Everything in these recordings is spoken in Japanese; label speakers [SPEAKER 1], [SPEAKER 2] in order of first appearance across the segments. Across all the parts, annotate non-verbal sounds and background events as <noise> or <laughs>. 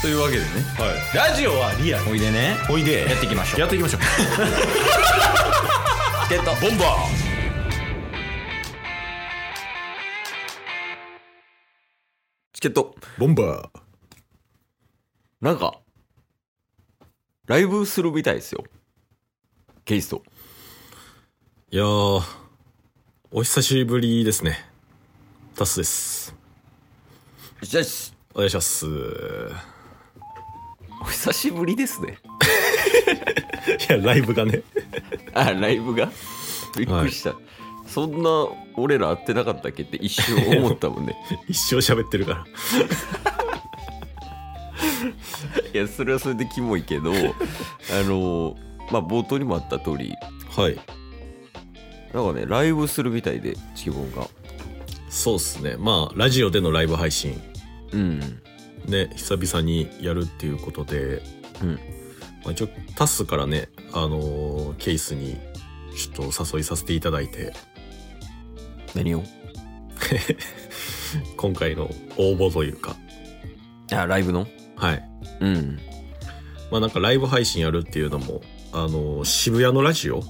[SPEAKER 1] というわけでね
[SPEAKER 2] はい、ラジオはリアル
[SPEAKER 1] おいでね
[SPEAKER 2] おいで
[SPEAKER 1] やっていきましょう
[SPEAKER 2] やっていきましょう
[SPEAKER 1] ゲット
[SPEAKER 2] ボンバ
[SPEAKER 1] チケット
[SPEAKER 2] ーボンバー
[SPEAKER 1] なんかライブするみたいですよケイスト
[SPEAKER 3] いやー、お久しぶりですね。タスです。
[SPEAKER 1] よし
[SPEAKER 3] お願いします。い
[SPEAKER 1] お久しぶりですね
[SPEAKER 3] や、ライブがね。 <laughs>
[SPEAKER 1] あライブがびっくりした、そんな俺ら会ってなかったっけって一瞬思ったも <laughs> んね
[SPEAKER 3] 一生喋ってるから。
[SPEAKER 1] いやそれはそれでキモいけどあのまあ冒頭にもあった通り
[SPEAKER 3] はい。
[SPEAKER 1] なんかねライブするみたいでチキボンが
[SPEAKER 3] そうっすね。まあ、ラジオでのライブ配信。
[SPEAKER 1] うん
[SPEAKER 3] ね、久々にやるっていうことで、
[SPEAKER 1] うん
[SPEAKER 3] まあ、一応、タスからね、あのーケースに、ちょっとお誘いさせていただいて、
[SPEAKER 1] 何を
[SPEAKER 3] 今回の応募というか、
[SPEAKER 1] あライブの
[SPEAKER 3] はい。
[SPEAKER 1] うん
[SPEAKER 3] まあ、なんかライブ配信やるっていうのも、あのー渋谷のラジオ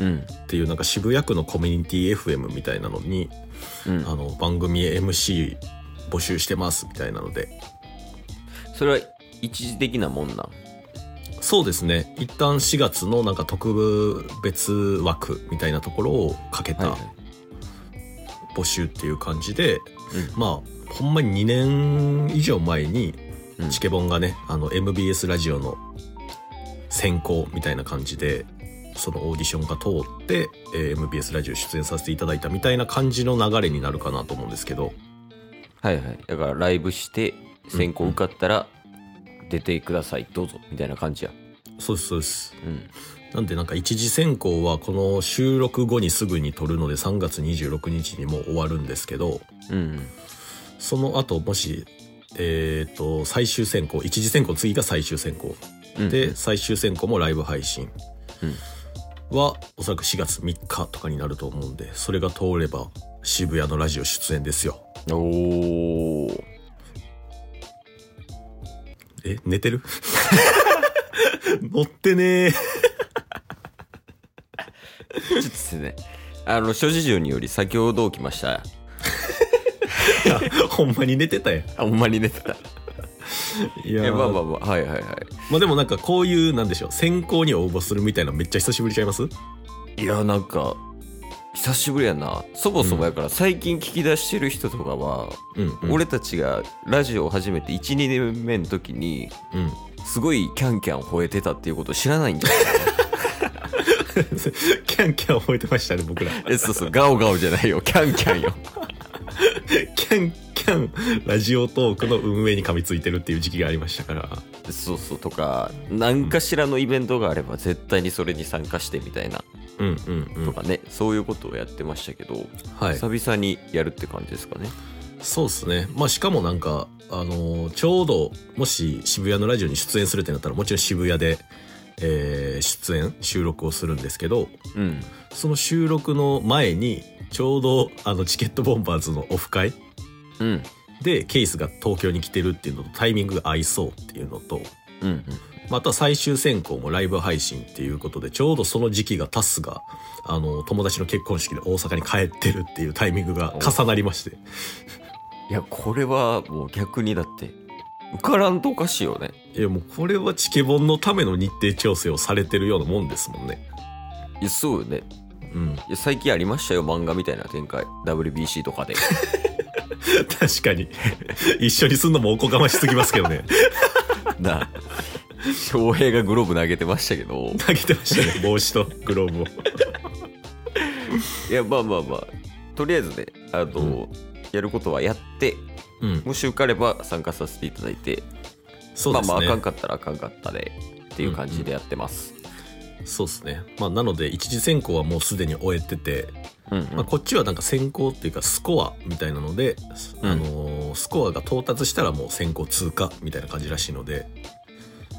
[SPEAKER 1] うん
[SPEAKER 3] っていうなんか渋谷区のコミュニティ FM みたいなのに、
[SPEAKER 1] うん
[SPEAKER 3] あの番組 MC 募集してますみたいなので
[SPEAKER 1] それは一時的なもんなん
[SPEAKER 3] そうですね一旦4月のなんか特別枠みたいなところをかけ
[SPEAKER 1] はい
[SPEAKER 3] た
[SPEAKER 1] はい
[SPEAKER 3] 募集っていう感じで、
[SPEAKER 1] う
[SPEAKER 3] まあほんまに2年以上前に
[SPEAKER 1] うん
[SPEAKER 3] チケボンがね、あの MBS ラジオの選考みたいな感じでそのオーディションが通って、えー MBS ラジオ出演させていただいたみたいな感じの流れになるかなと思うんですけど
[SPEAKER 1] はいはいだからライブして選考受かったら出てくださいどうぞみたいな感じや
[SPEAKER 3] そうですそうです
[SPEAKER 1] うん
[SPEAKER 3] なんでなんか一次選考はこの収録後にすぐに撮るので3月26日にもう終わるんですけど
[SPEAKER 1] うん
[SPEAKER 3] その後もしえっ、と最終選考一次選考次が最終選考
[SPEAKER 1] うん
[SPEAKER 3] で最終選考もライブ配信
[SPEAKER 1] うん
[SPEAKER 3] はおそらく4月3日とかになると思うんでそれが通れば渋谷のラジオ出演ですよ
[SPEAKER 1] おお
[SPEAKER 3] え寝てる <laughs> 乗ってねー <laughs>
[SPEAKER 1] ちょっとですねあの諸事情により先ほど起きました
[SPEAKER 3] いやほんまに寝てたやん
[SPEAKER 1] あほんまに寝てた
[SPEAKER 3] いや
[SPEAKER 1] えまあま
[SPEAKER 3] ま
[SPEAKER 1] あまあはいはいは
[SPEAKER 3] あでもなんかこういうなんでしょう選考に応募するみたいなのめっちゃ久しぶりちゃいます
[SPEAKER 1] いいやなんか久しぶりやなそもそもやから最近聞き出してる人とかは、
[SPEAKER 3] うん、うん、
[SPEAKER 1] 俺たちがラジオを始めて12年目の時に
[SPEAKER 3] うん、 <laughs>
[SPEAKER 1] すごいキャンキャン吠えてたっていうこと知らないんだよ
[SPEAKER 3] キャンキャン覚えてましたね僕ら
[SPEAKER 1] え <laughs> そうそうガオガオじゃないよキャンキャンよ
[SPEAKER 3] キャンキャンラジオトークの運営に噛みついてるっていう時期がありましたから
[SPEAKER 1] そうそうとか何かしらのイベントがあれば絶対にそれに参加してみたいな
[SPEAKER 3] うんうんう
[SPEAKER 1] と
[SPEAKER 3] ん
[SPEAKER 1] かね、そういうことをやってましたけど、
[SPEAKER 3] はい
[SPEAKER 1] 久々にやるって感じですかね
[SPEAKER 3] そうですねまあしかもなんかあのーちょうどもし渋谷のラジオに出演するってなったらもちろん渋谷で、えー出演収録をするんですけど
[SPEAKER 1] うん
[SPEAKER 3] その収録の前にちょうどあのチケットボンバーズのオフ会
[SPEAKER 1] うん
[SPEAKER 3] でケイスが東京に来てるっていうのとタイミングが合いそうっていうのと
[SPEAKER 1] うんうん
[SPEAKER 3] また最終選考もライブ配信っていうことでちょうどその時期がタスがあの友達の結婚式で大阪に帰ってるっていうタイミングが重なりまして
[SPEAKER 1] いやこれはもう逆にだって受からんとおかしいよね
[SPEAKER 3] いやもうこれはチケボンのための日程調整をされてるようなもんですもんね
[SPEAKER 1] いやそうよね
[SPEAKER 3] うん
[SPEAKER 1] い
[SPEAKER 3] <laughs>
[SPEAKER 1] や最近ありましたよ漫画みたいな展開 WBC とかで
[SPEAKER 3] 確かに <laughs> 一緒にすんのもおこがましすぎますけ
[SPEAKER 1] <laughs>
[SPEAKER 3] どね
[SPEAKER 1] なあ翔平がグローブ投げてましたけど
[SPEAKER 3] 投げてましたね帽子とグローブを
[SPEAKER 1] いやまあまあまあとりあえずねあの、
[SPEAKER 3] うん
[SPEAKER 1] やることはやって
[SPEAKER 3] うん
[SPEAKER 1] もし受かれば参加させていただいて、
[SPEAKER 3] そう
[SPEAKER 1] まあ
[SPEAKER 3] ですね
[SPEAKER 1] まああかんかったらあかんかったでっていう感じでやってます
[SPEAKER 3] そうですねまあなので一次選考はもうすでに終えてて
[SPEAKER 1] うん
[SPEAKER 3] まあ、こっちはなんか先行っていうかスコアみたいなので、
[SPEAKER 1] うん
[SPEAKER 3] あのースコアが到達したらもう先行通過みたいな感じらしいので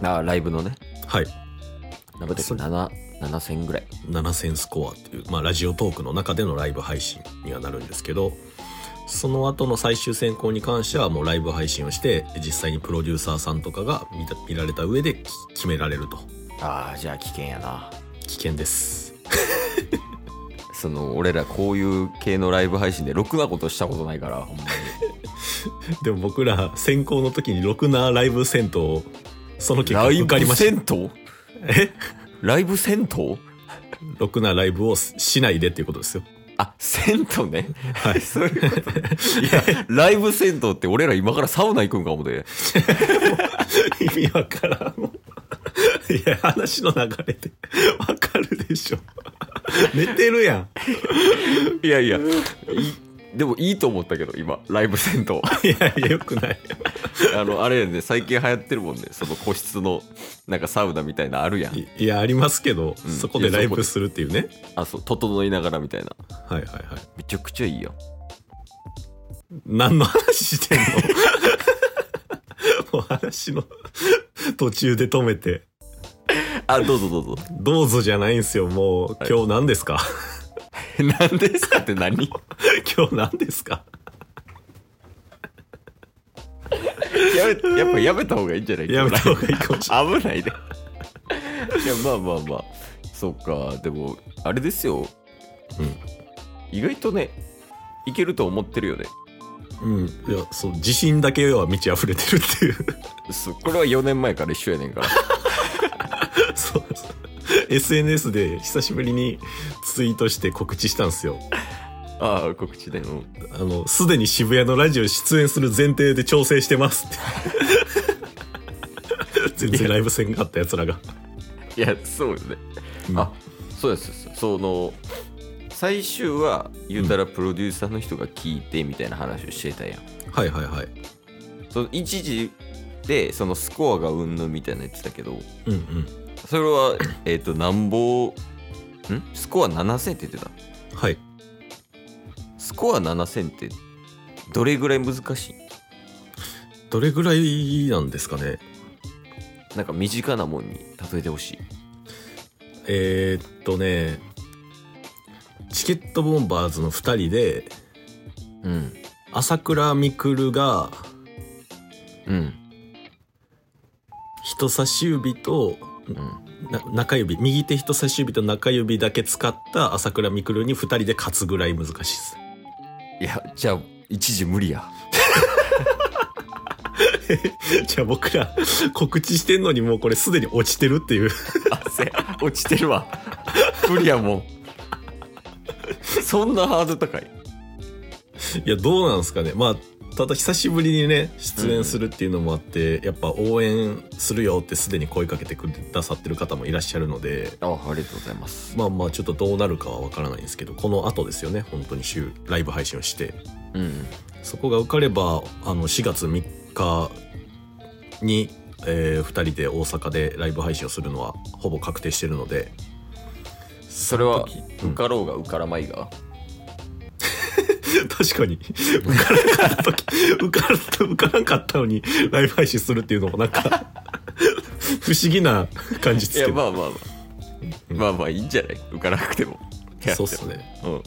[SPEAKER 1] ああライブのね
[SPEAKER 3] はい
[SPEAKER 1] なんか
[SPEAKER 3] それ
[SPEAKER 1] 7 7000ぐらい
[SPEAKER 3] 7000スコアっていう、まあ、ラジオトークの中でのライブ配信にはなるんですけど、その後の最終選考に関してはもうライブ配信をして実際にプロデューサーさんとかが見た見られた上でき決められると
[SPEAKER 1] ああじゃあ危険やな
[SPEAKER 3] 危険です <laughs>
[SPEAKER 1] その俺らこういう系のライブ配信でろくなことしたことないからほんま <laughs> に
[SPEAKER 3] でも僕ら選考の時にろくなライブ戦闘その結果
[SPEAKER 1] ライ
[SPEAKER 3] 受かり
[SPEAKER 1] ブ
[SPEAKER 3] ました
[SPEAKER 1] 銭湯
[SPEAKER 3] え
[SPEAKER 1] ライブ銭湯
[SPEAKER 3] ろくなライブをしないでっていうことですよ
[SPEAKER 1] あ銭湯ね
[SPEAKER 3] は
[SPEAKER 1] <laughs>
[SPEAKER 3] い
[SPEAKER 1] そういうこといやライブ銭湯って俺ら今からサウナ行くんかもで
[SPEAKER 3] <laughs> 意味わからんもんいや話の流れでわかるでしょ寝てるやん
[SPEAKER 1] いやいやいでもいいと思ったけど今ライブ銭湯 <laughs>
[SPEAKER 3] いやいやよくない
[SPEAKER 1] あのあれやね最近流行ってるもんねその個室のなんかサウナみたいなあるやん
[SPEAKER 3] いいやありますけど、
[SPEAKER 1] うん
[SPEAKER 3] そこでライブするっていうね
[SPEAKER 1] あそう整いながらみたいな
[SPEAKER 3] はいはいはい
[SPEAKER 1] めちゃくちゃいいやん
[SPEAKER 3] 何の話してんのもう話の途中で止めて
[SPEAKER 1] あどうぞどうぞ <laughs>
[SPEAKER 3] どうぞじゃないんすよもう
[SPEAKER 1] はい
[SPEAKER 3] 今日何ですか、
[SPEAKER 1] 何ですかって何 <laughs>
[SPEAKER 3] 今日何ですか
[SPEAKER 1] やめやっぱやめた方がいいんじゃない
[SPEAKER 3] やめた方がいいかもしれない
[SPEAKER 1] 危ないねいやまあまあまあそっかでもあれですよ、
[SPEAKER 3] うん
[SPEAKER 1] 意外とねいけると思ってるよね
[SPEAKER 3] <laughs> うんいやそう自信だけは満ち溢れてるっていう
[SPEAKER 1] そうこれは4年前から一緒やねん <laughs> から
[SPEAKER 3] そうそう SNS で久しぶりにツイートして告知したんですよ
[SPEAKER 1] ああ告知でうん
[SPEAKER 3] あのすでに渋谷のラジオ出演する前提で調整してます <laughs> って全然ライブ戦があったやつらが
[SPEAKER 1] いやそうよねあそうですその最終は言うたらプロデューサーの人が聞いてみたいな話をしてたやん、
[SPEAKER 3] はいはいはい
[SPEAKER 1] その一時でそのスコアがうんぬんみたいなの言ってたけど
[SPEAKER 3] うんうん
[SPEAKER 1] それ <laughs> はえっ、となんぼんスコア7000って言ってた
[SPEAKER 3] はい
[SPEAKER 1] スコア7000ってどれぐらい難しい
[SPEAKER 3] どれぐらいなんですかね
[SPEAKER 1] なんか身近なもんに例えてほしい
[SPEAKER 3] えーっとねチケットボンバーズの2人で
[SPEAKER 1] うん
[SPEAKER 3] 朝倉未来が
[SPEAKER 1] うん
[SPEAKER 3] 人差し指と
[SPEAKER 1] うん
[SPEAKER 3] な中指右手人差し指と中指だけ使った朝倉未来に2人で勝つぐらい難しいです <laughs>
[SPEAKER 1] いやじゃあ一時無理や
[SPEAKER 3] じゃあ僕ら告知してんのにもうこれすでに落ちてるっていう
[SPEAKER 1] あせ落ちてるわ <laughs> 無理やもうそんなハードル高い
[SPEAKER 3] いやどうなんですかねまあただ久しぶりにね出演するっていうのもあって、やっぱ応援するよってすでに声かけてくださってる方もいらっしゃるので
[SPEAKER 1] あありがとうございます
[SPEAKER 3] まあまあちょっとどうなるかはわからないんですけどこの後ですよね本当に週ライブ配信をして
[SPEAKER 1] うん
[SPEAKER 3] そこが受かればあの4月3日に、え2人で大阪でライブ配信をするのはほぼ確定してるので
[SPEAKER 1] それは
[SPEAKER 3] その時うん
[SPEAKER 1] 受かろうが受からまいが、
[SPEAKER 3] <laughs> 確かに受からなかった時 <laughs> 受から受からんかったのにライブ配信するっていうのもなんか <laughs> 不思議な感じ
[SPEAKER 1] い
[SPEAKER 3] です
[SPEAKER 1] や
[SPEAKER 3] けど、
[SPEAKER 1] まあまあまあ、
[SPEAKER 3] うん
[SPEAKER 1] まあまあいいんじゃない受からなくてもいや
[SPEAKER 3] そうっすね
[SPEAKER 1] でも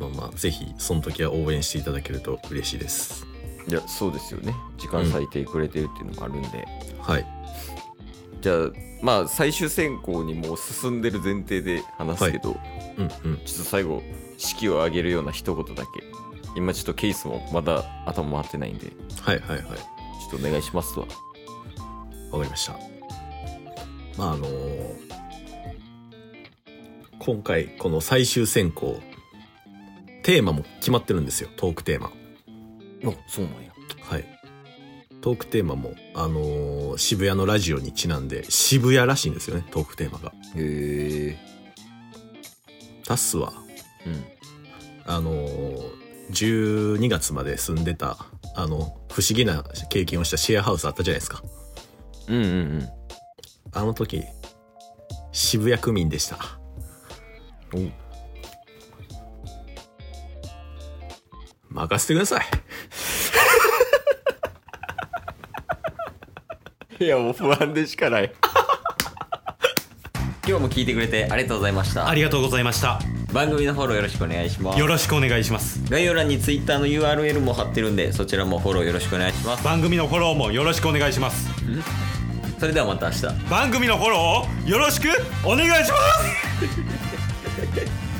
[SPEAKER 3] まあまあぜひその時は応援していただけると嬉しいです
[SPEAKER 1] うんいやそうですよね時間割いてくれてるっていうのもあるんで、
[SPEAKER 3] はい
[SPEAKER 1] じゃあまあ最終選考にもう進んでる前提で話すけど、
[SPEAKER 3] うんうん
[SPEAKER 1] ちょっと最後式を上げるような一言だけ今ちょっとケースもまだ頭回ってないんでち
[SPEAKER 3] はいはいはい
[SPEAKER 1] ょっとお願いしますわ
[SPEAKER 3] わかりました。まああの今回この最終選考テーマも決まってるんですよトークテーマ。
[SPEAKER 1] そうなんや
[SPEAKER 3] はい。トークテーマもあのー渋谷のラジオにちなんで渋谷らしいんですよねトークテーマが。
[SPEAKER 1] へえ
[SPEAKER 3] タスは
[SPEAKER 1] うん
[SPEAKER 3] あのー12月まで住んでたあの不思議な経験をしたシェアハウスあったじゃないですか。
[SPEAKER 1] うんうん
[SPEAKER 3] あの時渋谷区民でした。
[SPEAKER 1] うん
[SPEAKER 3] 任せてください。
[SPEAKER 1] いやもう不安でしかない <laughs> 今日も聞いてくれてありがとうございました
[SPEAKER 2] ありがとうございました
[SPEAKER 1] 番組のフォローよろしくお願いします
[SPEAKER 2] よろしくお願いします
[SPEAKER 1] 概要欄に Twitter の URL も貼ってるんでそちらもフォローよろしくお願いします
[SPEAKER 2] 番組のフォローもよろしくお願いします
[SPEAKER 1] それではまた明日
[SPEAKER 2] 番組のフォローをよろしくお願いします